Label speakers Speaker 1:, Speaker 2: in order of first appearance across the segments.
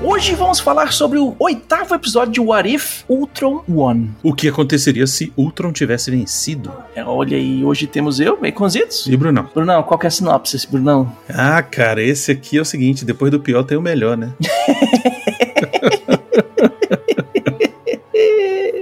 Speaker 1: Hoje vamos falar sobre o oitavo episódio de What If Ultron One.
Speaker 2: O que aconteceria se Ultron tivesse vencido?
Speaker 1: É, olha aí, hoje temos eu, Baconzitos.
Speaker 2: E Brunão?
Speaker 1: Brunão, qual que é a sinopse, Brunão?
Speaker 2: Ah, cara, esse aqui é o seguinte: depois do pior tem o melhor, né?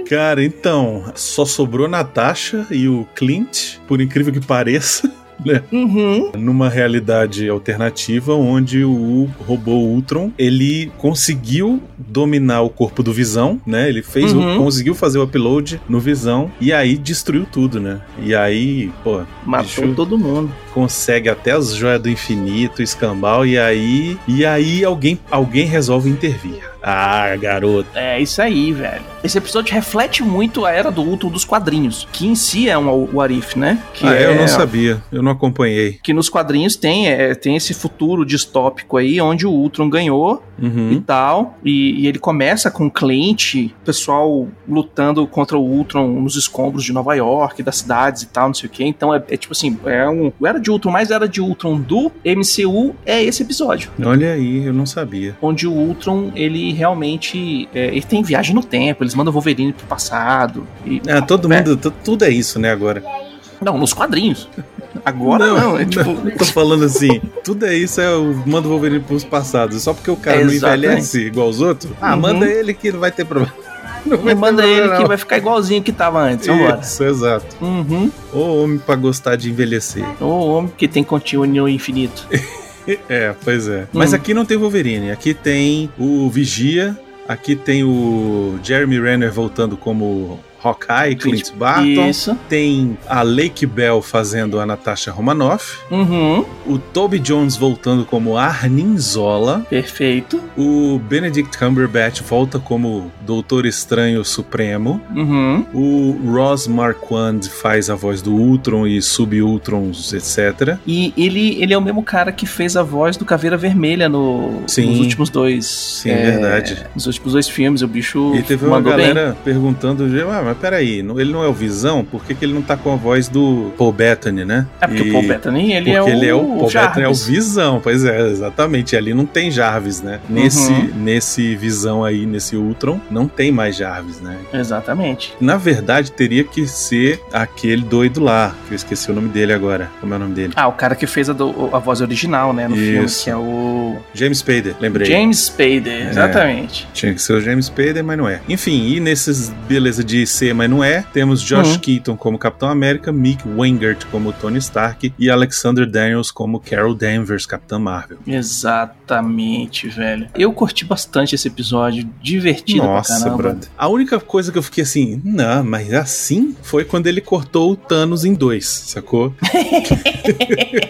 Speaker 2: Cara, então, só sobrou Natasha e o Clint, por incrível que pareça, né?
Speaker 1: Uhum.
Speaker 2: numa realidade alternativa onde o robô Ultron ele conseguiu dominar o corpo do Visão, né? Ele fez, o-
Speaker 1: Uhum.
Speaker 2: conseguiu fazer o upload no Visão e aí destruiu tudo, né? E aí, pô,
Speaker 1: Matou
Speaker 2: bicho
Speaker 1: todo mundo.
Speaker 2: consegue até as joias do infinito, escambau e aí, e aí alguém, alguém resolve intervir. Ah, garoto.
Speaker 1: É isso aí, velho. Esse episódio reflete muito a era do Ultron dos quadrinhos, que em si é um What If, né? Que
Speaker 2: ah, eu
Speaker 1: é-
Speaker 2: não sabia, eu não acompanhei.
Speaker 1: Que nos quadrinhos tem, é, tem esse futuro distópico aí, onde o Ultron ganhou e
Speaker 2: Uhum.
Speaker 1: tal. E, e ele começa com o cliente, o pessoal lutando contra o Ultron nos escombros de Nova York, das cidades e tal, não sei o que. Então é, é tipo assim, é um. O Era de Ultron, mais Era de Ultron do MCU é esse episódio.
Speaker 2: Então, Olha aí, eu não sabia.
Speaker 1: Onde o Ultron, ele realmente. é, ele tem viagem no tempo, eles mandam o Wolverine pro passado. E,
Speaker 2: Ah, todo
Speaker 1: É.
Speaker 2: mundo, tu- tudo é isso, né, agora.
Speaker 1: Não, nos quadrinhos. Agora não, é tipo.
Speaker 2: Tô falando assim, tudo é isso, é o manda o Wolverine pros passados. Só porque o cara
Speaker 1: Exatamente.
Speaker 2: não envelhece igual os outros, ah,
Speaker 1: Uhum.
Speaker 2: manda ele que não vai ter problema. Não vai ter
Speaker 1: Manda
Speaker 2: problema,
Speaker 1: ele que
Speaker 2: não.
Speaker 1: vai ficar igualzinho que tava antes. Vambora.
Speaker 2: Isso, exato.
Speaker 1: Uhum.
Speaker 2: Ô homem pra gostar de envelhecer.
Speaker 1: O homem que tem contínuo infinito.
Speaker 2: É, pois é. Mas
Speaker 1: Hum.
Speaker 2: aqui não tem Wolverine, aqui tem o Vigia, aqui tem o Jeremy Renner voltando como Hawkeye, Clint, Barton,
Speaker 1: Isso.
Speaker 2: tem a Lake Bell fazendo a Natasha Romanoff,
Speaker 1: Uhum.
Speaker 2: o Toby Jones voltando como Arnim Zola,
Speaker 1: Perfeito.
Speaker 2: o Benedict Cumberbatch volta como Doutor Estranho Supremo,
Speaker 1: Uhum.
Speaker 2: o Ross Marquand faz a voz do Ultron e Sub-Ultrons, etc.
Speaker 1: E ele, ele é o mesmo cara que fez a voz do Caveira Vermelha no,
Speaker 2: Sim.
Speaker 1: nos últimos dois.
Speaker 2: Sim, é verdade.
Speaker 1: Nos últimos dois filmes, o bicho
Speaker 2: E teve uma
Speaker 1: mandou bem.
Speaker 2: galera perguntando, ah, mas peraí, não- ele não é o Visão? Por que, que ele não tá com a voz do Paul Bettany, né?
Speaker 1: É porque
Speaker 2: E-
Speaker 1: o Paul Bettany, ele é o.
Speaker 2: porque ele é o Paul Bettany é o
Speaker 1: Jarvis.
Speaker 2: Visão, pois é, exatamente. Ali não tem Jarvis, né? Nesse,
Speaker 1: Uhum.
Speaker 2: nesse Visão aí, nesse Ultron, não tem mais Jarvis, né?
Speaker 1: Exatamente.
Speaker 2: Na verdade, teria que ser aquele doido lá, que eu esqueci o nome dele agora. Como é o nome dele?
Speaker 1: Ah, o cara que fez a, do- a voz original, né, no
Speaker 2: Isso.
Speaker 1: filme, que é o.
Speaker 2: James Spader, É. lembrei.
Speaker 1: James Spader, exatamente.
Speaker 2: Tinha que ser o James Spader, mas não é. Enfim, e nesses beleza de ser, mas não é, temos Josh
Speaker 1: Uhum.
Speaker 2: Keaton como Capitão América, Mick Wengert como Tony Stark e Alexander Daniels como Carol Danvers, Capitã Marvel.
Speaker 1: Exatamente, velho. Eu curti bastante esse episódio, divertido pra
Speaker 2: Nossa,
Speaker 1: caramba.
Speaker 2: brother. A única coisa que eu fiquei assim, não, mas assim foi quando ele cortou o Thanos em dois, sacou?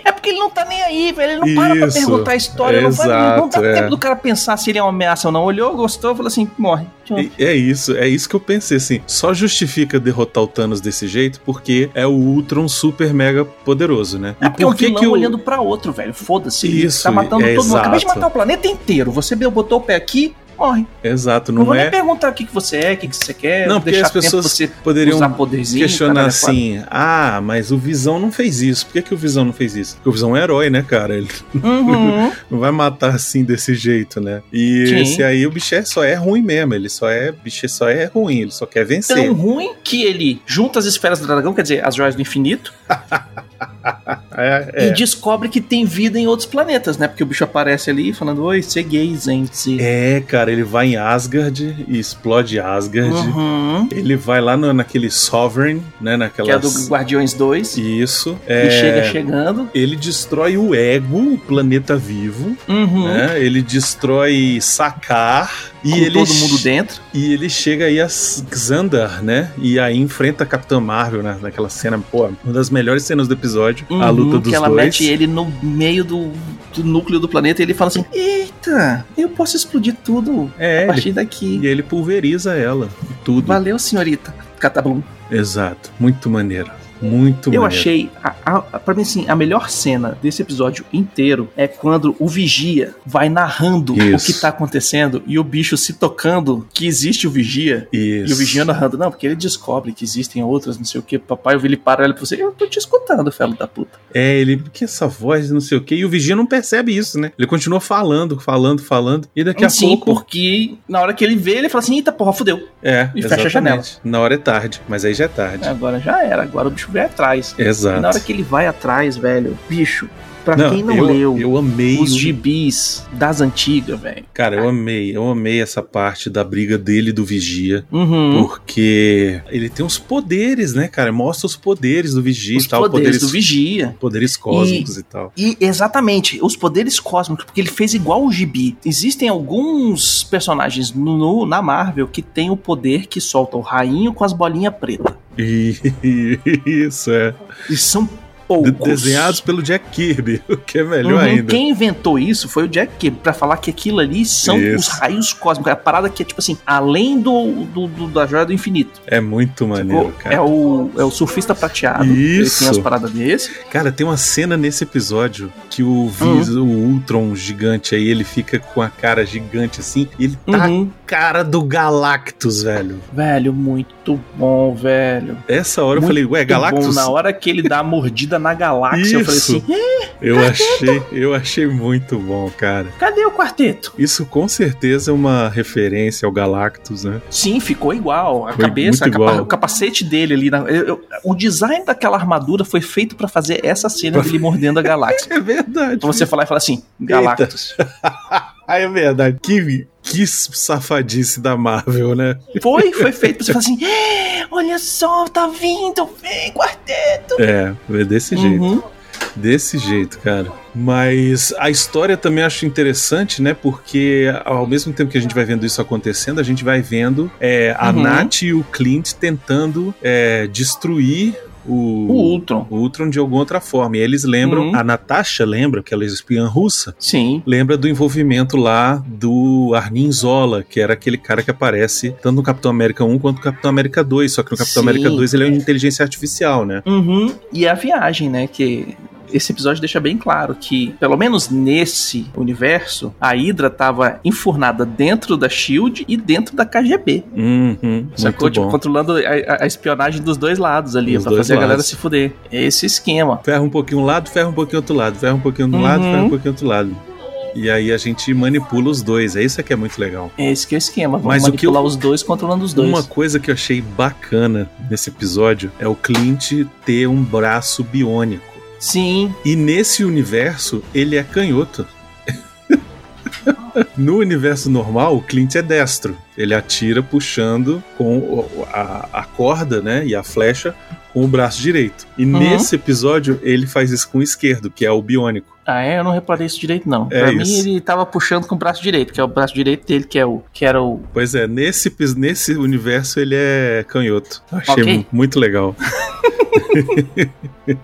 Speaker 1: É porque ele não tá nem aí, velho. Ele não para pra
Speaker 2: Isso.
Speaker 1: perguntar a história. não, vai,
Speaker 2: Exato,
Speaker 1: não dá
Speaker 2: é.
Speaker 1: tempo do cara pensar se ele é uma ameaça ou não. Olhou, gostou, falou assim, morre. Tchau.
Speaker 2: E- É isso, é isso que eu pensei, assim. Só justifica derrotar o Thanos desse jeito porque é o Ultron super mega poderoso, né?
Speaker 1: É porque é um vilão
Speaker 2: o-
Speaker 1: olhando pra outro, velho. Foda-se. ele
Speaker 2: Isso,
Speaker 1: Tá matando
Speaker 2: é
Speaker 1: todo mundo. Acabei de
Speaker 2: exato.
Speaker 1: matar o planeta inteiro. Você deu- botou o pé aqui, morre.
Speaker 2: Exato,
Speaker 1: Não,
Speaker 2: não,
Speaker 1: vou nem
Speaker 2: é...
Speaker 1: perguntar o que, que você é, o que, que você quer.
Speaker 2: Não,
Speaker 1: vou
Speaker 2: porque
Speaker 1: deixar
Speaker 2: as pessoas
Speaker 1: tempo pra você
Speaker 2: Poderiam
Speaker 1: usar poderzinho. caralho,
Speaker 2: questionar
Speaker 1: é quatro.
Speaker 2: assim, ah, mas o Visão não fez isso. Por que, que o Visão não fez isso? Porque o Visão é um herói, né, cara? Ele
Speaker 1: Uhum.
Speaker 2: não vai matar assim desse jeito, né? E
Speaker 1: Sim.
Speaker 2: esse aí, o bicho é- só é ruim mesmo. Ele só é, bicho só é ruim, ele só quer vencer.
Speaker 1: Tão ruim que ele junta as esferas do dragão, quer dizer, as joias do infinito,
Speaker 2: É, é.
Speaker 1: e descobre que tem vida em outros planetas, né? Porque o bicho aparece ali falando, oi, você é gay, gente.
Speaker 2: É, cara, ele vai em Asgard e explode Asgard.
Speaker 1: Uhum.
Speaker 2: Ele vai lá no- naquele Sovereign, né?
Speaker 1: Que é
Speaker 2: Naquelas.
Speaker 1: do Guardiões 2. E,
Speaker 2: Isso. É...
Speaker 1: chega chegando.
Speaker 2: Ele destrói o ego, o planeta vivo,
Speaker 1: Uhum.
Speaker 2: né? Ele destrói Sakar e
Speaker 1: Com
Speaker 2: ele
Speaker 1: todo mundo dentro.
Speaker 2: e ele chega aí a S- Xandar, né? E aí enfrenta a Capitã Marvel né? naquela cena, pô, uma das melhores cenas do episódio, a
Speaker 1: Uhum,
Speaker 2: luta dos
Speaker 1: Que ela
Speaker 2: dois.
Speaker 1: mete ele no meio do, do núcleo do planeta e ele fala assim: Eita, eu posso explodir tudo a
Speaker 2: É, ele-
Speaker 1: partir daqui.
Speaker 2: e ele pulveriza ela, e tudo.
Speaker 1: Valeu, senhorita. Catabum.
Speaker 2: Exato, muito maneiro. Muito
Speaker 1: "Tá Eu
Speaker 2: maneiro.
Speaker 1: achei, a, a, pra mim assim, a melhor cena desse episódio inteiro é quando o vigia vai narrando o
Speaker 2: Isso.
Speaker 1: que tá acontecendo e o bicho se tocando que existe o vigia.
Speaker 2: Isso.
Speaker 1: E o vigia narrando, não, porque ele descobre que existem outras, não sei o que, papai, eu vi ele para, olha pra você, eu tô te escutando, felo da puta.
Speaker 2: É, ele, que essa voz, não sei o quê. E o vigia não percebe isso, né? Ele continua falando, falando, falando. E daqui a
Speaker 1: Sim,
Speaker 2: pouco.
Speaker 1: porque na hora que ele vê, ele fala assim, eita porra, fudeu.
Speaker 2: É,
Speaker 1: E fecha a
Speaker 2: exatamente.
Speaker 1: janela.
Speaker 2: Na hora é tarde, mas aí já é tarde.
Speaker 1: Agora já era, agora o bicho vai atrás. E
Speaker 2: Exato.
Speaker 1: na hora que ele vai atrás, velho, bicho, pra quem não
Speaker 2: eu,
Speaker 1: leu
Speaker 2: eu amei.
Speaker 1: os
Speaker 2: o-
Speaker 1: gibis das antigas, velho.
Speaker 2: Cara, eu amei. Eu amei essa parte da briga dele e do vigia.
Speaker 1: Uhum.
Speaker 2: Porque ele tem os poderes, né, cara? Mostra os poderes do vigia
Speaker 1: os
Speaker 2: e tal.
Speaker 1: poderes do vigia.
Speaker 2: Poderes cósmicos e tal.
Speaker 1: E exatamente, os poderes cósmicos, porque ele fez igual o Gibi. Existem alguns personagens no, no- na Marvel que tem o poder que solta o rainho com as bolinhas pretas.
Speaker 2: E- Isso, é.
Speaker 1: E são
Speaker 2: De-
Speaker 1: poucos.
Speaker 2: Desenhados pelo Jack Kirby, o que é melhor
Speaker 1: Uhum,
Speaker 2: ainda.
Speaker 1: Quem inventou isso foi o Jack Kirby, pra falar que aquilo ali são
Speaker 2: Isso.
Speaker 1: os raios cósmicos. É a parada que é tipo assim, além do, do- do- da joia do infinito.
Speaker 2: É muito maneiro, cara.
Speaker 1: é, o, é o surfista prateado.
Speaker 2: Isso.
Speaker 1: Ele tem as paradas desse.
Speaker 2: Cara, tem uma cena nesse episódio que o, Vis,
Speaker 1: Hum.
Speaker 2: o Ultron gigante aí, ele fica com a cara gigante assim, e ele tá
Speaker 1: Uhum.
Speaker 2: a cara do Galactus, velho.
Speaker 1: Velho, muito bom, velho.
Speaker 2: Essa hora
Speaker 1: Muito
Speaker 2: eu falei, ué,
Speaker 1: Muito bom. né?
Speaker 2: Galactus?
Speaker 1: na hora que ele dá a mordida na galáxia, eu falei
Speaker 2: Isso.
Speaker 1: assim: "Ih,
Speaker 2: Eu achei, eu achei muito bom, cara.
Speaker 1: cadê o quarteto?
Speaker 2: Isso com certeza é uma referência ao Galactus, né?
Speaker 1: Sim, ficou igual. A
Speaker 2: Foi
Speaker 1: cabeça,
Speaker 2: muito
Speaker 1: a capa-
Speaker 2: igual.
Speaker 1: o capacete dele ali. na- eu- eu- o design daquela armadura foi feito pra fazer essa cena dele mordendo a galáxia.
Speaker 2: É verdade.
Speaker 1: Pra você falar e falar assim: Galactus.
Speaker 2: Ah, é verdade. Que, que safadice da Marvel, né?
Speaker 1: Foi, foi feito pra você falar assim: "Eh, olha só, tá vindo, vem, quarteto.
Speaker 2: É, é desse jeito.
Speaker 1: Uhum.
Speaker 2: Desse jeito, cara. Mas a história também acho interessante, né? Porque ao mesmo tempo que a gente vai vendo isso acontecendo, a gente vai vendo é, a
Speaker 1: Uhum.
Speaker 2: Nath e o Clint tentando é, destruir
Speaker 1: O
Speaker 2: o,
Speaker 1: Ultron.
Speaker 2: o Ultron de alguma outra forma. E eles lembram,
Speaker 1: Uhum.
Speaker 2: a Natasha lembra, que ela é espiã russa,
Speaker 1: Sim.
Speaker 2: lembra do envolvimento lá do Armin Zola, que era aquele cara que aparece tanto no Capitão América 1 quanto no Capitão América 2. Só que no Capitão
Speaker 1: Sim.
Speaker 2: América 2 ele é uma inteligência artificial, né?
Speaker 1: Uhum. E a viagem, né? Que esse episódio deixa bem claro que, pelo menos nesse universo, a Hydra tava enfurnada dentro da Shield e dentro da KGB.
Speaker 2: Uhum,
Speaker 1: Sacou?
Speaker 2: muito
Speaker 1: Tipo,
Speaker 2: bom.
Speaker 1: controlando a, a espionagem dos dois lados ali,
Speaker 2: Dos
Speaker 1: pra
Speaker 2: dois
Speaker 1: fazer a galera
Speaker 2: lados.
Speaker 1: se fuder. Esse esquema.
Speaker 2: Ferra um pouquinho um lado, ferra um pouquinho outro lado, ferra um pouquinho um
Speaker 1: Uhum.
Speaker 2: lado, ferra um pouquinho outro lado. E aí a gente manipula os dois, é isso que é muito legal.
Speaker 1: Esse que é o esquema. Vamos
Speaker 2: Mas o que
Speaker 1: manipular
Speaker 2: eu-
Speaker 1: os dois controlando os dois.
Speaker 2: Uma coisa que eu achei bacana nesse episódio é o Clint ter um braço biônico.
Speaker 1: Sim.
Speaker 2: E nesse universo, ele é canhoto. No universo normal, o Clint é destro. Ele atira puxando com o- a, a corda, né? E a flecha com o braço direito. E
Speaker 1: Uhum.
Speaker 2: nesse episódio, ele faz isso com o esquerdo, que é o biônico.
Speaker 1: Ah, é? Eu não reparei isso direito, não.
Speaker 2: É
Speaker 1: pra
Speaker 2: isso.
Speaker 1: mim, ele tava puxando com o braço direito, que é o braço direito dele, que, é o, que era o.
Speaker 2: Pois é, nesse, pis- nesse universo ele é canhoto. Eu Achei
Speaker 1: Ok.
Speaker 2: mu- muito legal.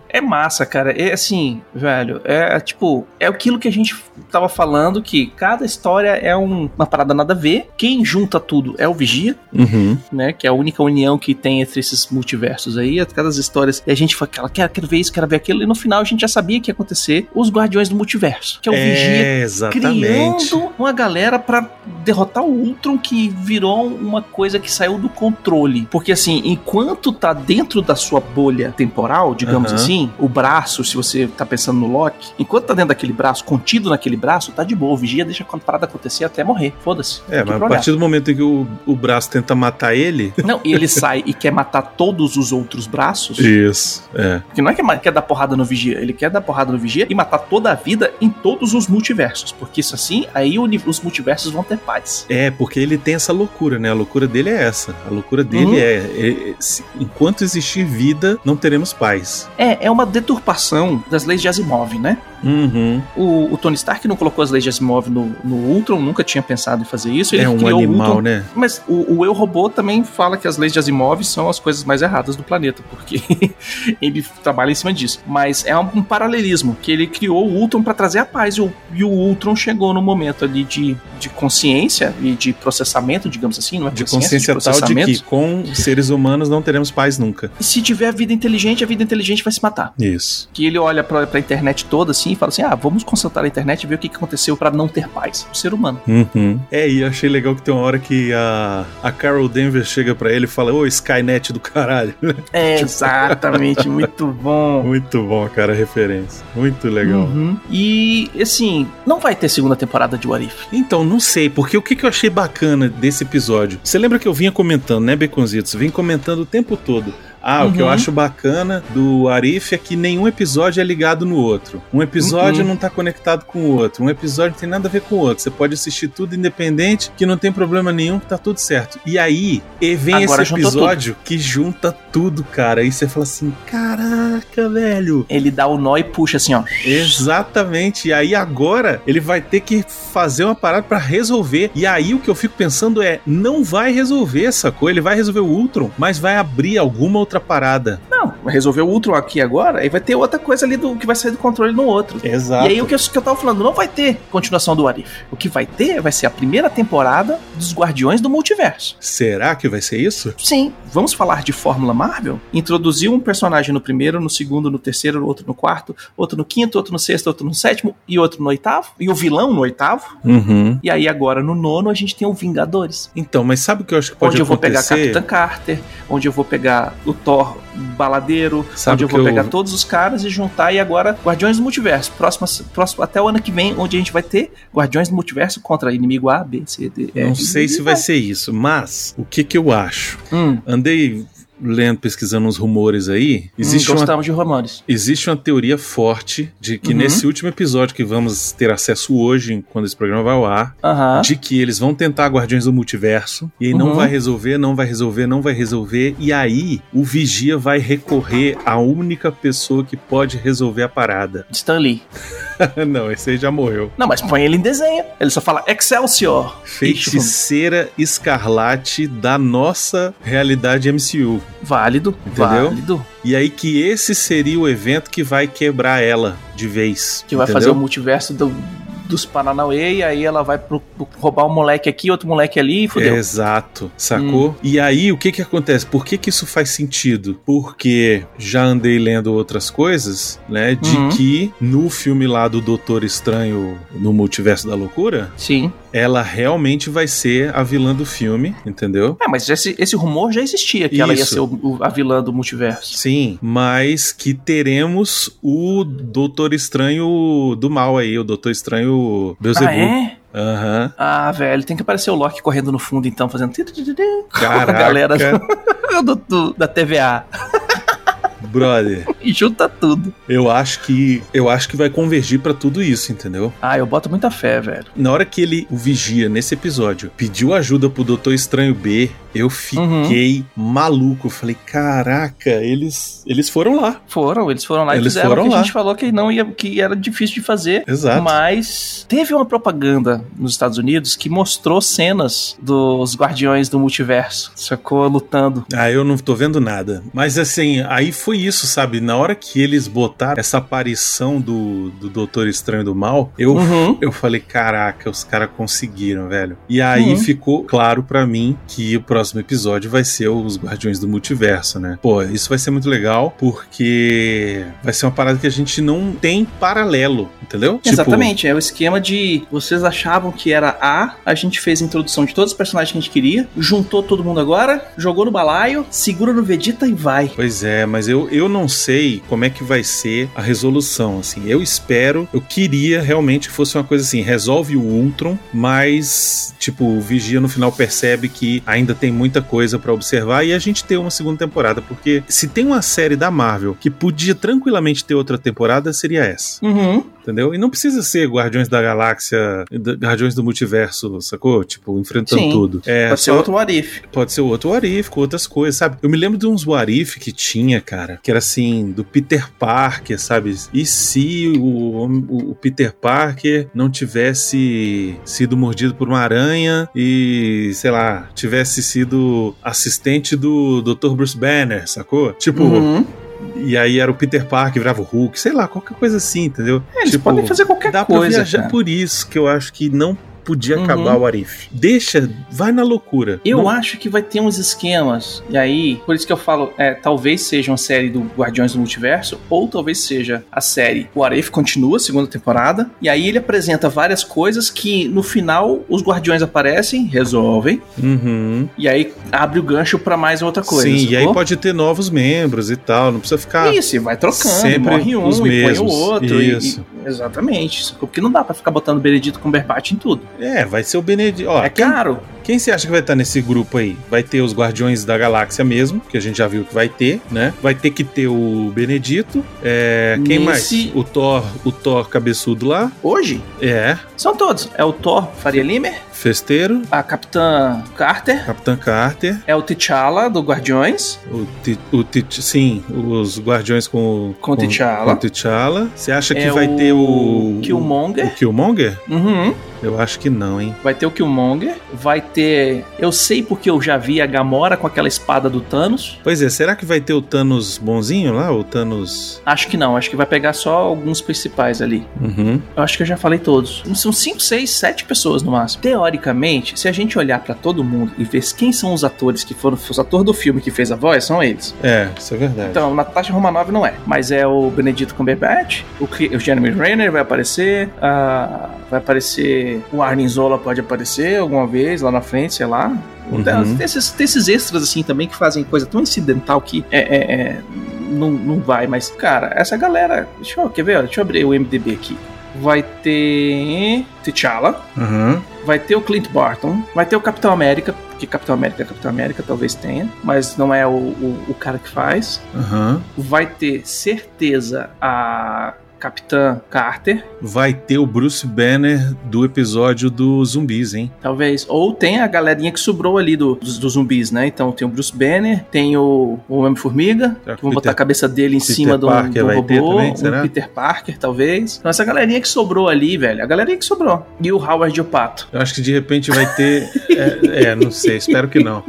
Speaker 1: É massa, cara. É assim, velho. É tipo, é aquilo que a gente tava falando: que cada história é um- uma parada nada a ver. Quem junta tudo é o Vigia.
Speaker 2: Uhum.
Speaker 1: né? Que é a única união que tem entre esses multiversos aí, aquelas histórias. E a gente fala, cara, quero, quero ver isso, quero ver aquilo. E no final a gente já sabia que ia acontecer os Guardiões do Multiverso, que é o Vigia.
Speaker 2: É, exatamente.
Speaker 1: Criando uma galera pra derrotar o Ultron que virou uma coisa que saiu do controle. Porque assim, enquanto tá dentro da sua bolha temporal, digamos
Speaker 2: Aham.
Speaker 1: assim, o braço, se você tá pensando no Loki, enquanto tá dentro daquele braço, contido naquele braço, tá de boa. O vigia deixa a parada acontecer até morrer. Foda-se. Aqui
Speaker 2: É, mas
Speaker 1: pra
Speaker 2: a
Speaker 1: olhar.
Speaker 2: partir do momento em que o, o braço tenta matar ele.
Speaker 1: Não, e ele sai e quer matar todos os outros braços.
Speaker 2: Isso, é.
Speaker 1: Porque não é que ma- quer dar porrada no vigia, ele quer dar porrada no vigia e matar toda a vida em todos os multiversos. Porque isso assim, aí o uni- os multiversos vão ter paz.
Speaker 2: É, porque ele tem essa loucura, né? A loucura dele é essa. A loucura dele
Speaker 1: Uhum.
Speaker 2: é, é- é- se- enquanto existir vida, não teremos paz.
Speaker 1: É, é uma deturpação das leis de Asimov, né?
Speaker 2: Uhum.
Speaker 1: O, o Tony Stark não colocou as leis de Asimov no, no Ultron, nunca tinha pensado em fazer isso. Ele
Speaker 2: é um
Speaker 1: criou então? o
Speaker 2: animal,
Speaker 1: Ultron,
Speaker 2: né?
Speaker 1: Mas o, o Eu Robô também fala que as leis de Asimov são as coisas mais erradas do planeta, porque ele trabalha em cima disso. Mas é um, um paralelismo, que ele criou o Ultron para trazer a paz, e o, e o Ultron chegou num momento ali de, de consciência e de processamento, digamos assim, não é
Speaker 2: De consciência tal de
Speaker 1: processamento.
Speaker 2: que com seres humanos não teremos paz nunca.
Speaker 1: E se tiver vida inteligente, a vida inteligente vai se matar
Speaker 2: Isso.
Speaker 1: que ele olha pra, pra internet toda assim e fala assim: ah, vamos consultar a internet e ver o que, que aconteceu pra não ter paz. O ser humano.
Speaker 2: Uhum. É, e eu achei legal que tem uma hora que a, a Carol Denver chega pra ele e fala: Ô, Skynet do caralho.
Speaker 1: É, exatamente, muito bom.
Speaker 2: Muito bom, cara, a referência. Muito legal.
Speaker 1: Uhum. E assim, não vai ter segunda temporada de What If.
Speaker 2: Então, não sei, porque o que, que eu achei bacana desse episódio? Você lembra que eu vinha comentando, né, Beconzitos? Vim comentando o tempo todo. Ah, o que eu
Speaker 1: Uhum.
Speaker 2: acho bacana do Arif é que nenhum episódio é ligado no outro. Um episódio
Speaker 1: Uhum.
Speaker 2: não tá conectado com o outro. Um episódio não tem nada a ver com o outro. Você pode assistir tudo independente, que não tem problema nenhum, que tá tudo certo. E aí, e vem
Speaker 1: Agora
Speaker 2: esse
Speaker 1: juntou tudo.
Speaker 2: episódio que junta tudo, cara. Aí você fala assim: caraca, velho.
Speaker 1: Ele dá o nó e puxa assim, ó.
Speaker 2: Exatamente. E aí agora ele vai ter que fazer uma parada pra resolver. E aí o que eu fico pensando é, não vai resolver, sacou? Ele vai resolver o Ultron, mas vai abrir alguma outra parada.
Speaker 1: Não, resolveu o Ultron aqui agora, aí vai ter outra coisa ali do que vai sair do controle no outro.
Speaker 2: Exato.
Speaker 1: E aí o que eu, que eu tava falando, não vai ter continuação do What If. O que vai ter vai ser a primeira temporada dos Guardiões do Multiverso.
Speaker 2: Será que vai ser isso?
Speaker 1: Sim. Vamos falar de Fórmula Marvel? Introduziu um personagem no primeiro, no segundo, no terceiro, outro no quarto, outro no quinto, outro no sexto, outro no sétimo e outro no oitavo. E o vilão no oitavo.
Speaker 2: Uhum.
Speaker 1: E aí agora no nono a gente tem o Vingadores.
Speaker 2: Então, mas sabe o que eu acho que pode
Speaker 1: onde eu vou pegar
Speaker 2: acontecer?
Speaker 1: Capitã Carter, onde eu vou pegar o Thor Baladeiro,
Speaker 2: Sabe
Speaker 1: onde eu
Speaker 2: que
Speaker 1: vou
Speaker 2: eu-
Speaker 1: pegar todos os caras e juntar e agora Guardiões do Multiverso. Próximo, próximo, até o ano que vem, onde a gente vai ter Guardiões do Multiverso contra inimigo A, B, C, D, E.
Speaker 2: Não sei se vai ser isso, mas o que que eu acho?
Speaker 1: Hum,
Speaker 2: Andei lendo, pesquisando uns rumores aí. Existe
Speaker 1: hum,
Speaker 2: uma
Speaker 1: gostamos de Romores.
Speaker 2: Existe uma teoria forte de que
Speaker 1: Uhum.
Speaker 2: nesse último episódio que vamos ter acesso hoje, quando esse programa vai ao ar,
Speaker 1: Aham.
Speaker 2: de que eles vão tentar Guardiões do Multiverso e aí não
Speaker 1: Uhum.
Speaker 2: vai resolver, não vai resolver, não vai resolver e aí o Vigia vai recorrer à única pessoa que pode resolver a parada.
Speaker 1: Stan Lee.
Speaker 2: não, esse aí já morreu.
Speaker 1: Não, mas põe ele em desenho. Ele só fala Excelsior.
Speaker 2: Feiticeira Escarlate da nossa realidade MCU.
Speaker 1: Válido,
Speaker 2: Entendeu?
Speaker 1: válido.
Speaker 2: E aí que esse seria o evento que vai quebrar ela de vez.
Speaker 1: Que vai
Speaker 2: entendeu?
Speaker 1: fazer o multiverso do- dos Paranauê, e aí ela vai pro- pro- roubar um moleque aqui, outro moleque ali, e fudeu.
Speaker 2: É.
Speaker 1: Hum.
Speaker 2: Exato, sacou? E aí, o que que acontece? Por que que isso faz sentido? Porque já andei lendo outras coisas, né, de
Speaker 1: Uhum.
Speaker 2: que no filme lá do Doutor Estranho no Multiverso da Loucura,
Speaker 1: Sim.
Speaker 2: ela realmente vai ser a vilã do filme, entendeu?
Speaker 1: É, mas esse, esse rumor já existia, que ela ia
Speaker 2: Isso.
Speaker 1: ser o- o- a vilã do multiverso.
Speaker 2: Sim, mas que teremos o Doutor Estranho do mal aí, o Doutor Estranho Beelzebub.
Speaker 1: Ah, é?
Speaker 2: Aham.
Speaker 1: Ah, velho, tem que aparecer o Loki correndo no fundo, então, fazendo... tiri-tiri-tiri, com a
Speaker 2: Caraca,
Speaker 1: galera do- do- da TVA.
Speaker 2: brother.
Speaker 1: E junta tudo.
Speaker 2: Eu acho que eu acho que vai convergir pra tudo isso, entendeu?
Speaker 1: Ah, eu boto muita fé, velho.
Speaker 2: Na hora que ele, o Vigia, nesse episódio, pediu ajuda pro Doutor Estranho B, eu fiquei maluco. Eu Falei, caraca, eles, eles foram lá.
Speaker 1: Foram, eles foram lá e
Speaker 2: Eles
Speaker 1: fizeram
Speaker 2: foram
Speaker 1: o que
Speaker 2: lá.
Speaker 1: a gente falou que, não ia, que era difícil de fazer.
Speaker 2: Exato.
Speaker 1: Mas teve uma propaganda nos Estados Unidos que mostrou cenas dos Guardiões do Multiverso, sacou? Lutando.
Speaker 2: Ah, eu não tô vendo nada. Mas assim, aí foi isso, sabe? Na hora que eles botaram essa aparição do, do Doutor Estranho do Mal, eu
Speaker 1: Uhum.
Speaker 2: Eu falei, caraca, os caras conseguiram, velho. E aí
Speaker 1: Uhum.
Speaker 2: ficou claro pra mim que o próximo episódio vai ser os Guardiões do Multiverso, né? Pô, isso vai ser muito legal porque vai ser uma parada que a gente não tem paralelo, entendeu? Tipo,
Speaker 1: Exatamente, é o esquema de vocês achavam que era A, a gente fez a introdução de todos os personagens que a gente queria, juntou todo mundo agora, jogou no balaio, segura no Vegeta e vai.
Speaker 2: Pois é, mas eu, eu não sei como é que vai ser a resolução, assim. Eu espero, eu queria realmente que fosse uma coisa assim, resolve o Ultron, mas, tipo, o Vigia no final percebe que ainda tem muita coisa pra observar e a gente ter uma segunda temporada, porque se tem uma série da Marvel que podia tranquilamente ter outra temporada, seria essa.
Speaker 1: Uhum.
Speaker 2: Entendeu? E não precisa ser Guardiões da Galáxia, da- Guardiões do Multiverso, sacou? Tipo, enfrentando
Speaker 1: Sim.
Speaker 2: tudo. É,
Speaker 1: Pode ser
Speaker 2: só-
Speaker 1: outro Arif.
Speaker 2: Pode ser outro Warif, com outras coisas, sabe? Eu me lembro de uns Warif que tinha, cara, que era assim, do Peter Parker, sabe? E se o, homem- o- o Peter Parker não tivesse sido mordido por uma aranha e, sei lá, tivesse sido assistente do Dr. Bruce Banner, sacou? Tipo,
Speaker 1: Uhum.
Speaker 2: e aí era o Peter Parker, virava o Hulk, sei lá, qualquer coisa assim, entendeu?
Speaker 1: É, eles podem fazer qualquer
Speaker 2: Dá pra
Speaker 1: coisa.
Speaker 2: viajar
Speaker 1: cara.
Speaker 2: por isso que eu acho que não podia
Speaker 1: Uhum.
Speaker 2: acabar o Arif. Deixa, vai na loucura.
Speaker 1: Eu
Speaker 2: Não-
Speaker 1: acho que vai ter uns esquemas. E aí, por isso que eu falo, é, talvez seja uma série do Guardiões do Multiverso, ou talvez seja a série O Arif continua, segunda temporada. E aí ele apresenta várias coisas que no final os Guardiões aparecem, resolvem,
Speaker 2: Uhum.
Speaker 1: e aí abre o gancho pra mais outra coisa.
Speaker 2: Sim, e aí
Speaker 1: sacou?
Speaker 2: pode ter novos membros e tal, não precisa ficar.
Speaker 1: Isso, e vai trocando,
Speaker 2: sempre
Speaker 1: morre um
Speaker 2: os
Speaker 1: e põe o
Speaker 2: mesmos.
Speaker 1: outro. e-
Speaker 2: Isso.
Speaker 1: e- exatamente. sacou? Porque não dá pra ficar botando Benedito com em tudo.
Speaker 2: É, vai ser o Benedito. Ó,
Speaker 1: é
Speaker 2: quem,
Speaker 1: caro.
Speaker 2: quem você acha que vai estar nesse grupo aí? Vai ter os Guardiões da Galáxia mesmo, que a gente já viu que vai ter, né? Vai ter que ter o Benedito. É, quem
Speaker 1: Nesse-
Speaker 2: mais? O Thor, o Thor cabeçudo lá.
Speaker 1: Hoje,
Speaker 2: É,
Speaker 1: são todos. É o Thor Faria Limer,
Speaker 2: Festeiro,
Speaker 1: a Capitã Carter.
Speaker 2: Capitã Carter,
Speaker 1: é o T'Challa do Guardiões.
Speaker 2: o, Ti- o Ti- sim, os Guardiões com o-
Speaker 1: Com o T'Challa.
Speaker 2: com o T'Challa. Você acha que
Speaker 1: é
Speaker 2: vai ter o
Speaker 1: Killmonger.
Speaker 2: o Killmonger?
Speaker 1: Uhum.
Speaker 2: Eu acho que não, hein.
Speaker 1: Vai ter o Killmonger. Vai ter. Eu sei porque eu já vi a Gamora com aquela espada do Thanos.
Speaker 2: Pois é, será que vai ter o Thanos bonzinho lá? O Thanos.
Speaker 1: Acho que não, acho que vai pegar só alguns principais ali.
Speaker 2: Uhum.
Speaker 1: Eu acho que eu já falei todos. São 5, 6, 7 pessoas no máximo. Teoricamente, se a gente olhar pra todo mundo e ver quem são os atores que foram. Os atores do filme que fez a voz, são eles.
Speaker 2: É, isso é verdade.
Speaker 1: Então, Natasha Romanoff não é, mas é o Benedito Cumberbatch, o, Cri- o Jeremy Renner vai aparecer, ah, vai aparecer o Arnim Zola pode aparecer alguma vez lá na frente, sei lá. Então,
Speaker 2: Uhum.
Speaker 1: Tem, tem esses, tem esses extras assim também que fazem coisa tão incidental que é, é- é, não, não vai, mas cara, essa galera, deixa eu, quer ver, ó, deixa eu abrir o MDB aqui. Vai ter T'Challa,
Speaker 2: Uhum.
Speaker 1: Vai ter o Clint Barton, vai ter o Capitão América, porque Capitão América é Capitão América, talvez tenha, mas não é o, o, o cara que faz.
Speaker 2: Uhum.
Speaker 1: Vai ter certeza a Capitã Carter,
Speaker 2: Vai ter o Bruce Banner do episódio dos zumbis, hein?
Speaker 1: talvez. Ou tem a galerinha que sobrou ali do- dos, dos zumbis, né? Então tem o Bruce Banner, tem o, o Homem-Formiga,
Speaker 2: Será
Speaker 1: que
Speaker 2: que
Speaker 1: vão
Speaker 2: Peter-
Speaker 1: botar a cabeça dele em
Speaker 2: Peter
Speaker 1: cima do,
Speaker 2: Parker
Speaker 1: do
Speaker 2: vai
Speaker 1: robô.
Speaker 2: ter também,
Speaker 1: o
Speaker 2: será?
Speaker 1: Peter Parker, talvez. Então essa galerinha que sobrou ali, velho. A galerinha que sobrou. E o Howard Opato.
Speaker 2: Eu acho que de repente vai ter. é, é, não sei, espero que não.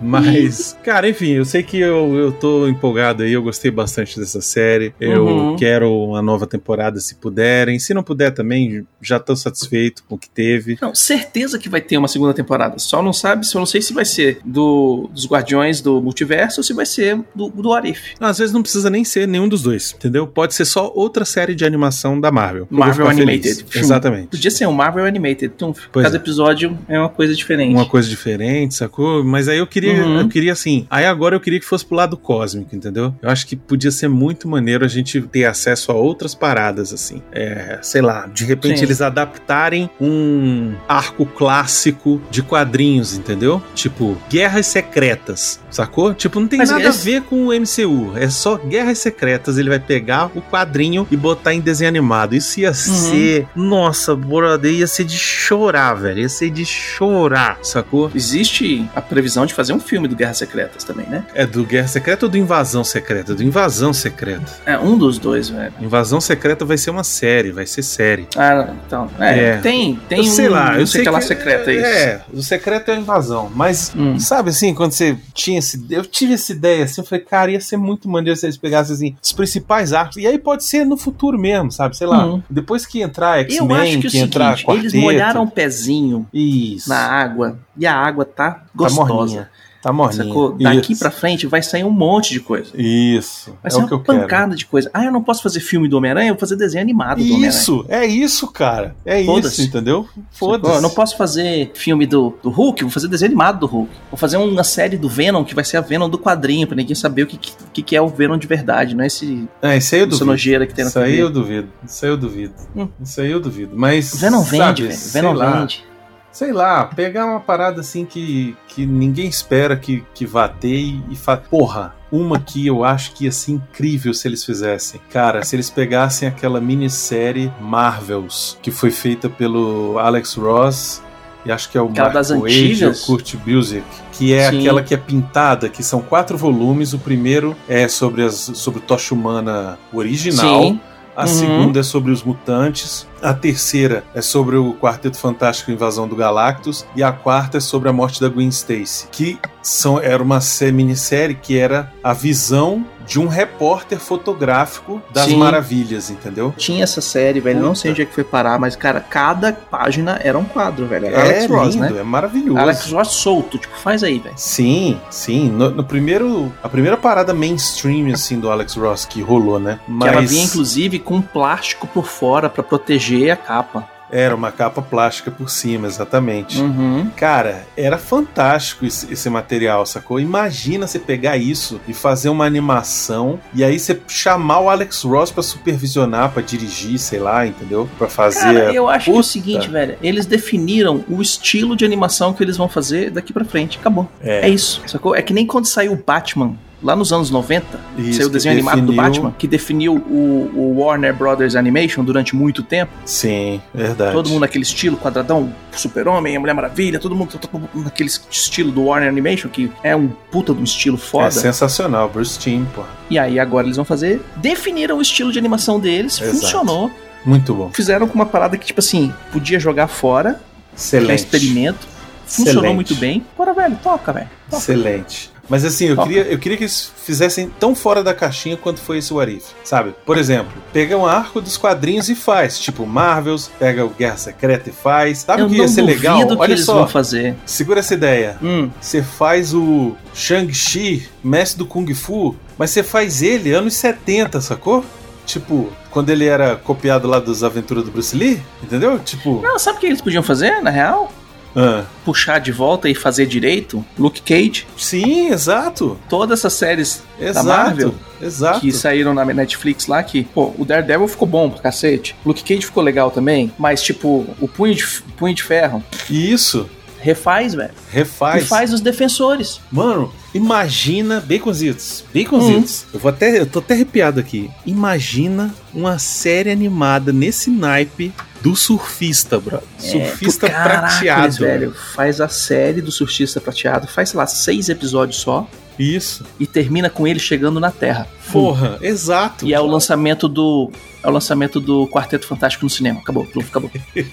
Speaker 2: Mas, cara, enfim, eu sei que eu, eu tô empolgado aí, eu gostei bastante dessa série. Eu
Speaker 1: Uhum.
Speaker 2: quero uma nova temporada se puderem. Se não puder também, já tô satisfeito com o que teve.
Speaker 1: Não, certeza que vai ter uma segunda temporada. Só não sabe, só não sei se vai ser do, dos Guardiões do Multiverso ou se vai ser do, do Arif.
Speaker 2: Às vezes não precisa nem ser nenhum dos dois, entendeu? Pode ser só outra série de animação da Marvel. Eu
Speaker 1: Marvel
Speaker 2: vou ficar feliz.
Speaker 1: Animated. Filme.
Speaker 2: Exatamente.
Speaker 1: Podia ser um Marvel Animated. Então,
Speaker 2: Pois
Speaker 1: cada
Speaker 2: é.
Speaker 1: episódio é uma coisa diferente.
Speaker 2: Uma coisa diferente, sacou? Mas aí eu queria,
Speaker 1: Uhum.
Speaker 2: eu queria assim. Aí agora eu queria que fosse pro lado cósmico, entendeu? Eu acho que podia ser muito maneiro a gente ter acesso a outras paradas, assim. É, sei lá, de repente
Speaker 1: Sim.
Speaker 2: eles adaptarem um arco clássico de quadrinhos, entendeu? Tipo, guerras secretas, sacou? Tipo, não tem
Speaker 1: Mas
Speaker 2: nada a
Speaker 1: esse-
Speaker 2: ver com o MCU. É só guerras secretas. Ele vai pegar o quadrinho e botar em desenho animado. Isso
Speaker 1: Uhum.
Speaker 2: ia ser. Nossa, brother, ia ser de chorar, velho. Ia ser de chorar, sacou?
Speaker 1: Existe a previsão de fazer um filme do Guerras Secretas também, né?
Speaker 2: É do Guerra Secreta ou do Invasão Secreta? Do Invasão Secreta.
Speaker 1: É um dos dois, velho.
Speaker 2: Invasão Secreta vai ser uma série, vai ser série.
Speaker 1: Ah, então. É,
Speaker 2: É.
Speaker 1: tem, tem
Speaker 2: eu sei
Speaker 1: um,
Speaker 2: lá,
Speaker 1: não
Speaker 2: eu sei
Speaker 1: que lá
Speaker 2: que
Speaker 1: secreta isso.
Speaker 2: É, o secreto é a invasão, mas
Speaker 1: Hum.
Speaker 2: Sabe assim, quando você tinha esse. Eu tive essa ideia assim, eu falei, cara, ia ser muito maneiro se eles pegassem assim, os principais arcos. E aí pode ser no futuro mesmo, sabe? Sei lá.
Speaker 1: Uhum.
Speaker 2: Depois que entrar
Speaker 1: Eu acho
Speaker 2: X-Men,
Speaker 1: que é
Speaker 2: que,
Speaker 1: o
Speaker 2: entrar
Speaker 1: seguinte,
Speaker 2: quarteto.
Speaker 1: eles molharam o pezinho
Speaker 2: Isso.
Speaker 1: na água e a água tá
Speaker 2: tá
Speaker 1: gostosa.
Speaker 2: morninha. Tá morninha.
Speaker 1: Sacou? Daqui
Speaker 2: Isso.
Speaker 1: pra frente vai sair um monte de coisa.
Speaker 2: Isso.
Speaker 1: Vai
Speaker 2: é
Speaker 1: ser
Speaker 2: o que
Speaker 1: uma
Speaker 2: eu quero.
Speaker 1: pancada de coisa. Ah, eu não posso fazer filme do Homem-Aranha, eu vou fazer desenho animado do Homem-Aranha.
Speaker 2: Isso, é isso, cara. É
Speaker 1: Foda-se.
Speaker 2: isso, entendeu?
Speaker 1: Sacou? Eu
Speaker 2: Foda-se.
Speaker 1: não posso fazer filme do, do Hulk, eu vou fazer desenho animado do Hulk. Vou fazer uma série do Venom, que vai ser a Venom do quadrinho, pra ninguém saber o que, que, que é o Venom de verdade, não é esse
Speaker 2: É, isso aí eu
Speaker 1: essa
Speaker 2: duvido.
Speaker 1: nojeira que tem na
Speaker 2: Isso aí
Speaker 1: TV.
Speaker 2: eu duvido. Isso aí eu duvido.
Speaker 1: Hum.
Speaker 2: Isso aí eu duvido. Mas.
Speaker 1: Venom vende,
Speaker 2: sabe,
Speaker 1: velho.
Speaker 2: sei
Speaker 1: Venom
Speaker 2: lá.
Speaker 1: vende.
Speaker 2: sei lá, pegar uma parada assim que, que ninguém espera que, que vá ter e, e fa... Porra, Uma que eu acho que ia ser incrível se eles fizessem. Cara, se eles pegassem aquela minissérie Marvels, que foi feita pelo Alex Ross e acho que é o
Speaker 1: aquela
Speaker 2: Marco
Speaker 1: das
Speaker 2: Age,
Speaker 1: antigas?
Speaker 2: o Kurt Busiek, que é
Speaker 1: Sim.
Speaker 2: aquela que é pintada, que são quatro volumes. O primeiro é sobre, as, sobre o Tocha Humana original.
Speaker 1: Sim.
Speaker 2: A
Speaker 1: Uhum.
Speaker 2: segunda é sobre os mutantes. A terceira é sobre o Quarteto Fantástico e a Invasão do Galactus. E a quarta é sobre a morte da Gwen Stacy. Que são, era uma sé- minissérie que era a visão de um repórter fotográfico das
Speaker 1: Sim.
Speaker 2: maravilhas, entendeu?
Speaker 1: Tinha essa série, velho. Não sei
Speaker 2: Puta.
Speaker 1: onde é que foi parar, mas, cara, cada página era um quadro, velho. Era
Speaker 2: é
Speaker 1: Alex Ross,
Speaker 2: lindo,
Speaker 1: né?
Speaker 2: é maravilhoso.
Speaker 1: Alex Ross solto, tipo, faz aí, velho.
Speaker 2: Sim, sim. No, no primeiro, a primeira parada mainstream assim do Alex Ross que rolou, né?
Speaker 1: Que ela vinha, inclusive, com um plástico por fora pra proteger a capa.
Speaker 2: era uma capa plástica por cima, exatamente.
Speaker 1: Uhum.
Speaker 2: Cara, era fantástico esse, esse material, sacou? Imagina você pegar isso e fazer uma animação e aí você chamar o Alex Ross pra supervisionar, pra dirigir, sei lá, entendeu? Pra fazer.
Speaker 1: Cara, eu acho que é o
Speaker 2: Puta.
Speaker 1: seguinte, velho. Eles definiram o estilo de animação que eles vão fazer daqui pra frente. Acabou. É,
Speaker 2: É,
Speaker 1: isso, sacou? É que nem quando saiu o Batman, lá nos anos 90,
Speaker 2: isso
Speaker 1: saiu o
Speaker 2: que
Speaker 1: desenho animado do
Speaker 2: definiu-
Speaker 1: Batman, que definiu o, o Warner Brothers Animation durante muito tempo.
Speaker 2: Sim, verdade.
Speaker 1: Todo mundo é naquele estilo, quadradão, super-homem, a Mulher Maravilha, todo mundo todo mundo naquele estilo do Warner Animation, que é um puta de um estilo
Speaker 2: é
Speaker 1: foda.
Speaker 2: sensacional, Bruce Timm, pô.
Speaker 1: e aí agora eles vão fazer, definiram o estilo de animação deles,
Speaker 2: Exato.
Speaker 1: funcionou.
Speaker 2: Muito bom.
Speaker 1: Fizeram com uma parada que, tipo assim, podia jogar fora, que é
Speaker 2: Excelente.
Speaker 1: experimento. Funcionou
Speaker 2: Excelente.
Speaker 1: muito bem. Agora, velho, toca, velho. toca.
Speaker 2: Excelente. Mas assim, eu
Speaker 1: Toca.
Speaker 2: queria, eu queria que eles fizessem tão fora da caixinha quanto foi esse Warif. Sabe? Por exemplo, pega um arco dos quadrinhos e faz. Tipo Marvels, pega o Guerra Secreta e faz. Sabe o
Speaker 1: Eu
Speaker 2: que
Speaker 1: não
Speaker 2: ia ser
Speaker 1: duvido
Speaker 2: legal?
Speaker 1: que
Speaker 2: Olha
Speaker 1: eles vão
Speaker 2: só,
Speaker 1: fazer.
Speaker 2: segura essa ideia.
Speaker 1: Hum.
Speaker 2: Você faz o Shang-Chi, mestre do Kung Fu, mas você faz ele anos 70, sacou? Tipo, quando ele era copiado lá das aventuras do Bruce Lee, entendeu? Tipo.
Speaker 1: Não, sabe o que eles podiam fazer, na real?
Speaker 2: ah,
Speaker 1: Puxar de volta e fazer direito Luke Cage.
Speaker 2: sim, exato.
Speaker 1: Todas essas séries Marvel?
Speaker 2: Exato. Exato.
Speaker 1: que saíram na Netflix lá, que, pô, o Daredevil ficou bom pra cacete. Luke Cage ficou legal também. Mas, tipo, o Punho de, F- punho de Ferro
Speaker 2: Isso.
Speaker 1: refaz, velho. E
Speaker 2: Refaz.
Speaker 1: faz os defensores.
Speaker 2: Mano, imagina baconzitos, baconzitos.
Speaker 1: Hum.
Speaker 2: Eu vou até, eu tô até arrepiado aqui. Imagina uma série animada nesse naipe do surfista, bro. surfista
Speaker 1: É, pô, caraca,
Speaker 2: prateado.
Speaker 1: velho. Faz a série do Surfista Prateado. Faz, sei lá, seis episódios só.
Speaker 2: Isso.
Speaker 1: E termina com ele chegando na Terra. Pum.
Speaker 2: Porra, exato.
Speaker 1: Hum. E é o lançamento do. É o lançamento do Quarteto Fantástico no cinema. Acabou, pronto, acabou.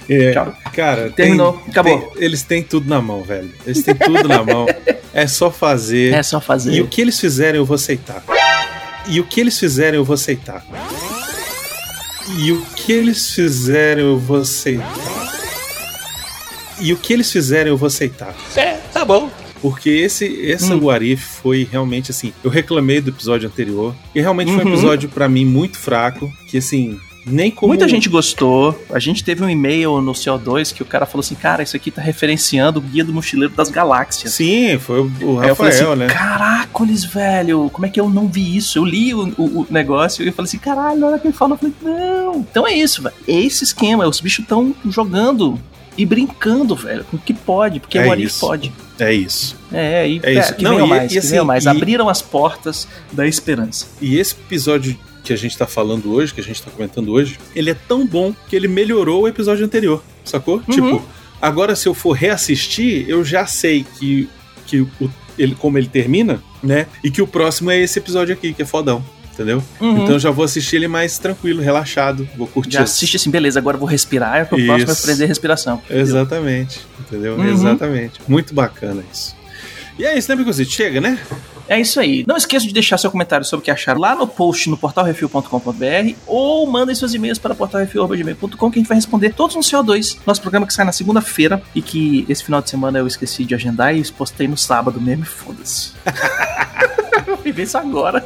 Speaker 2: É,
Speaker 1: Tchau.
Speaker 2: cara, tem-
Speaker 1: Terminou, acabou.
Speaker 2: tem- eles têm tudo na mão, velho. Eles têm tudo na mão. É só fazer.
Speaker 1: É só fazer.
Speaker 2: E o que eles fizerem eu vou aceitar. E o que eles fizerem eu vou aceitar. E o que eles fizerem eu vou aceitar. E o que eles fizerem eu vou aceitar.
Speaker 3: É, tá bom.
Speaker 2: Porque esse esse
Speaker 1: Hum.
Speaker 2: Warif foi realmente assim. Eu reclamei do episódio anterior. E realmente foi um
Speaker 1: Uhum.
Speaker 2: episódio pra mim muito fraco. Que assim, nem como.
Speaker 1: Muita gente gostou. A gente teve um e-mail no CO2 que o cara falou assim: cara, isso aqui tá referenciando o Guia do Mochileiro das Galáxias.
Speaker 2: Sim, foi o- o
Speaker 1: Aí eu falei
Speaker 2: Rafael,
Speaker 1: assim,
Speaker 2: né?
Speaker 1: caracoles, velho, como é que eu não vi isso? Eu li o, o- o negócio e eu falei assim, caralho, na hora que ele falou, eu falei, não. Então é isso, velho. É esse esquema, os bichos estão jogando e brincando, velho, com o que pode, porque
Speaker 2: É
Speaker 1: o Arif
Speaker 2: isso.
Speaker 1: pode.
Speaker 2: É isso.
Speaker 1: É, e
Speaker 2: É isso.
Speaker 1: que
Speaker 2: Não,
Speaker 1: venham
Speaker 2: e-
Speaker 1: mais,
Speaker 2: e
Speaker 1: que
Speaker 2: assim,
Speaker 1: venham mais.
Speaker 2: e-
Speaker 1: Abriram as portas da esperança.
Speaker 2: E esse episódio que a gente tá falando hoje, que a gente tá comentando hoje, ele é tão bom que ele melhorou o episódio anterior, sacou?
Speaker 1: Uhum.
Speaker 2: Tipo, agora se eu for reassistir, eu já sei que, que o, ele, como ele termina, né? E que o próximo é esse episódio aqui, que é fodão, entendeu?
Speaker 1: Uhum.
Speaker 2: Então eu já vou assistir ele mais tranquilo, relaxado, vou curtir.
Speaker 1: Já assiste assim, beleza, agora eu vou respirar, e pro
Speaker 2: Isso.
Speaker 1: próximo eu aprender a respiração.
Speaker 2: Exatamente, entendeu?
Speaker 1: Uhum.
Speaker 2: Exatamente. Muito bacana isso. E é isso, né, Bicuzi? Chega, né?
Speaker 1: É isso aí. Não esqueça de deixar seu comentário sobre o que acharam lá no post no portalrefil.com.br ou mandem seus e-mails para portalrefil.com que a gente vai responder todos no CO2. Nosso programa que sai na segunda-feira e que esse final de semana eu esqueci de agendar e postei no sábado mesmo, e foda-se. eu vivi isso agora.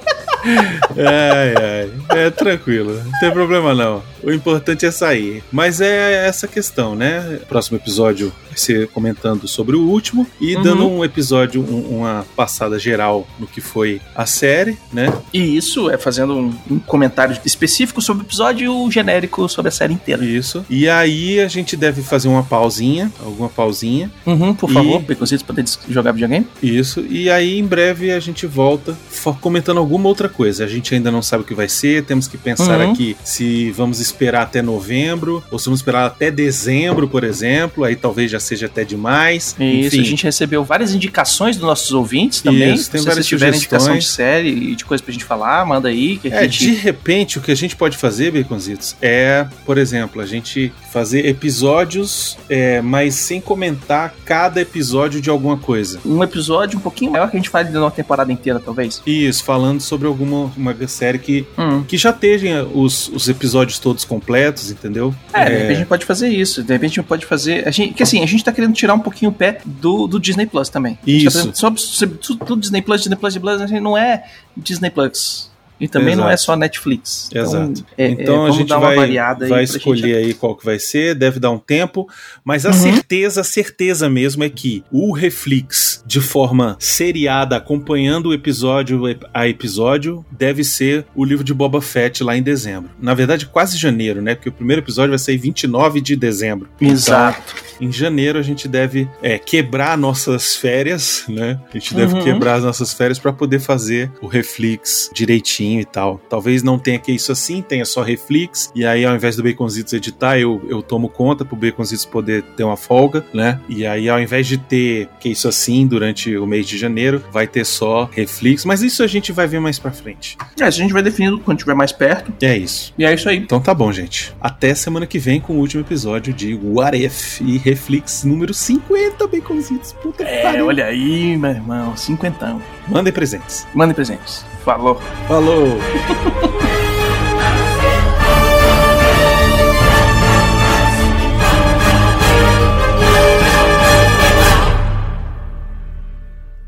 Speaker 2: ai, ai. É tranquilo, não tem problema não. O importante é sair. Mas é essa questão, né? Próximo episódio vai ser comentando sobre o último e
Speaker 1: Uhum.
Speaker 2: dando um episódio, um- uma passada geral no que foi a série, né?
Speaker 1: E isso é fazendo um, um comentário específico sobre o episódio genérico sobre a série inteira.
Speaker 2: Isso. E aí a gente deve fazer uma pausinha, alguma pausinha.
Speaker 1: Uhum, por
Speaker 2: E-
Speaker 1: favor, Pecositos, pra poder jogar videogame.
Speaker 2: Isso. E aí em breve a gente volta fo- comentando alguma outra coisa. A gente ainda não sabe o que vai ser, temos que pensar
Speaker 1: Uhum.
Speaker 2: aqui se vamos esperar até novembro ou se vamos esperar até dezembro, por exemplo. Aí talvez já seja até demais.
Speaker 1: É Isso,
Speaker 2: Enfim,
Speaker 1: a gente recebeu várias indicações dos nossos ouvintes também.
Speaker 2: Isso, tem
Speaker 1: Se
Speaker 2: várias
Speaker 1: vocês tiverem
Speaker 2: sugestões.
Speaker 1: indicação de série e de coisa pra gente falar, manda aí. Que a
Speaker 2: É, de
Speaker 1: gente...
Speaker 2: repente, o que a gente pode fazer, Baconzitos, é, por exemplo, a gente fazer episódios, é, mas sem comentar cada episódio de alguma coisa.
Speaker 1: Um episódio um pouquinho maior que a gente fale de uma temporada inteira, talvez.
Speaker 2: Isso, falando sobre alguma uma série que,
Speaker 1: Hum.
Speaker 2: que já esteja os, os episódios todos completos, entendeu?
Speaker 1: É, de repente a gente pode fazer isso. De repente a gente pode fazer. A gente, que assim, a gente tá querendo tirar um pouquinho o pé do, do Disney Plus também. A gente tá
Speaker 2: Isso.
Speaker 1: fazendo só sobre tudo, tudo Disney Plus, Disney Plus, Disney Plus, a gente não é Disney Plus. E também não é
Speaker 2: Exato.
Speaker 1: só Netflix.
Speaker 2: Exato.
Speaker 1: Então, é- é,
Speaker 2: então a
Speaker 1: vamos
Speaker 2: gente
Speaker 1: dar uma
Speaker 2: vai,
Speaker 1: variada aí
Speaker 2: vai
Speaker 1: pra gente-
Speaker 2: escolher aí qual que vai ser, deve dar um tempo, mas a
Speaker 1: Uhum.
Speaker 2: certeza, a certeza mesmo é que o Reflex, de forma seriada, acompanhando o episódio a episódio, deve ser o livro de Boba Fett lá em dezembro. Na verdade, quase janeiro, né? Porque o primeiro episódio vai sair 29 de dezembro.
Speaker 1: Exato.
Speaker 2: Em janeiro a gente deve é, quebrar nossas férias, né? A gente deve
Speaker 1: Uhum.
Speaker 2: quebrar as nossas férias para poder fazer o reflex direitinho e tal. Talvez não tenha que isso assim, tenha só reflex. E aí, ao invés do Baconzitos editar, eu, eu tomo conta pro Baconzitos poder ter uma folga, né? E aí, ao invés de ter que isso assim durante o mês de janeiro, vai ter só reflex. Mas isso a gente vai ver mais pra frente.
Speaker 1: É, a gente vai definindo quando estiver mais perto.
Speaker 2: É isso.
Speaker 1: E é isso aí.
Speaker 2: Então tá bom, gente. Até semana que vem com o último episódio de What If e Reflex número 50, baconzitos. Puta que
Speaker 1: É,
Speaker 2: pariu.
Speaker 1: olha aí, meu irmão. Cinquentão.
Speaker 2: Mandem presentes.
Speaker 1: Mandem presentes. Falou.
Speaker 2: Falou!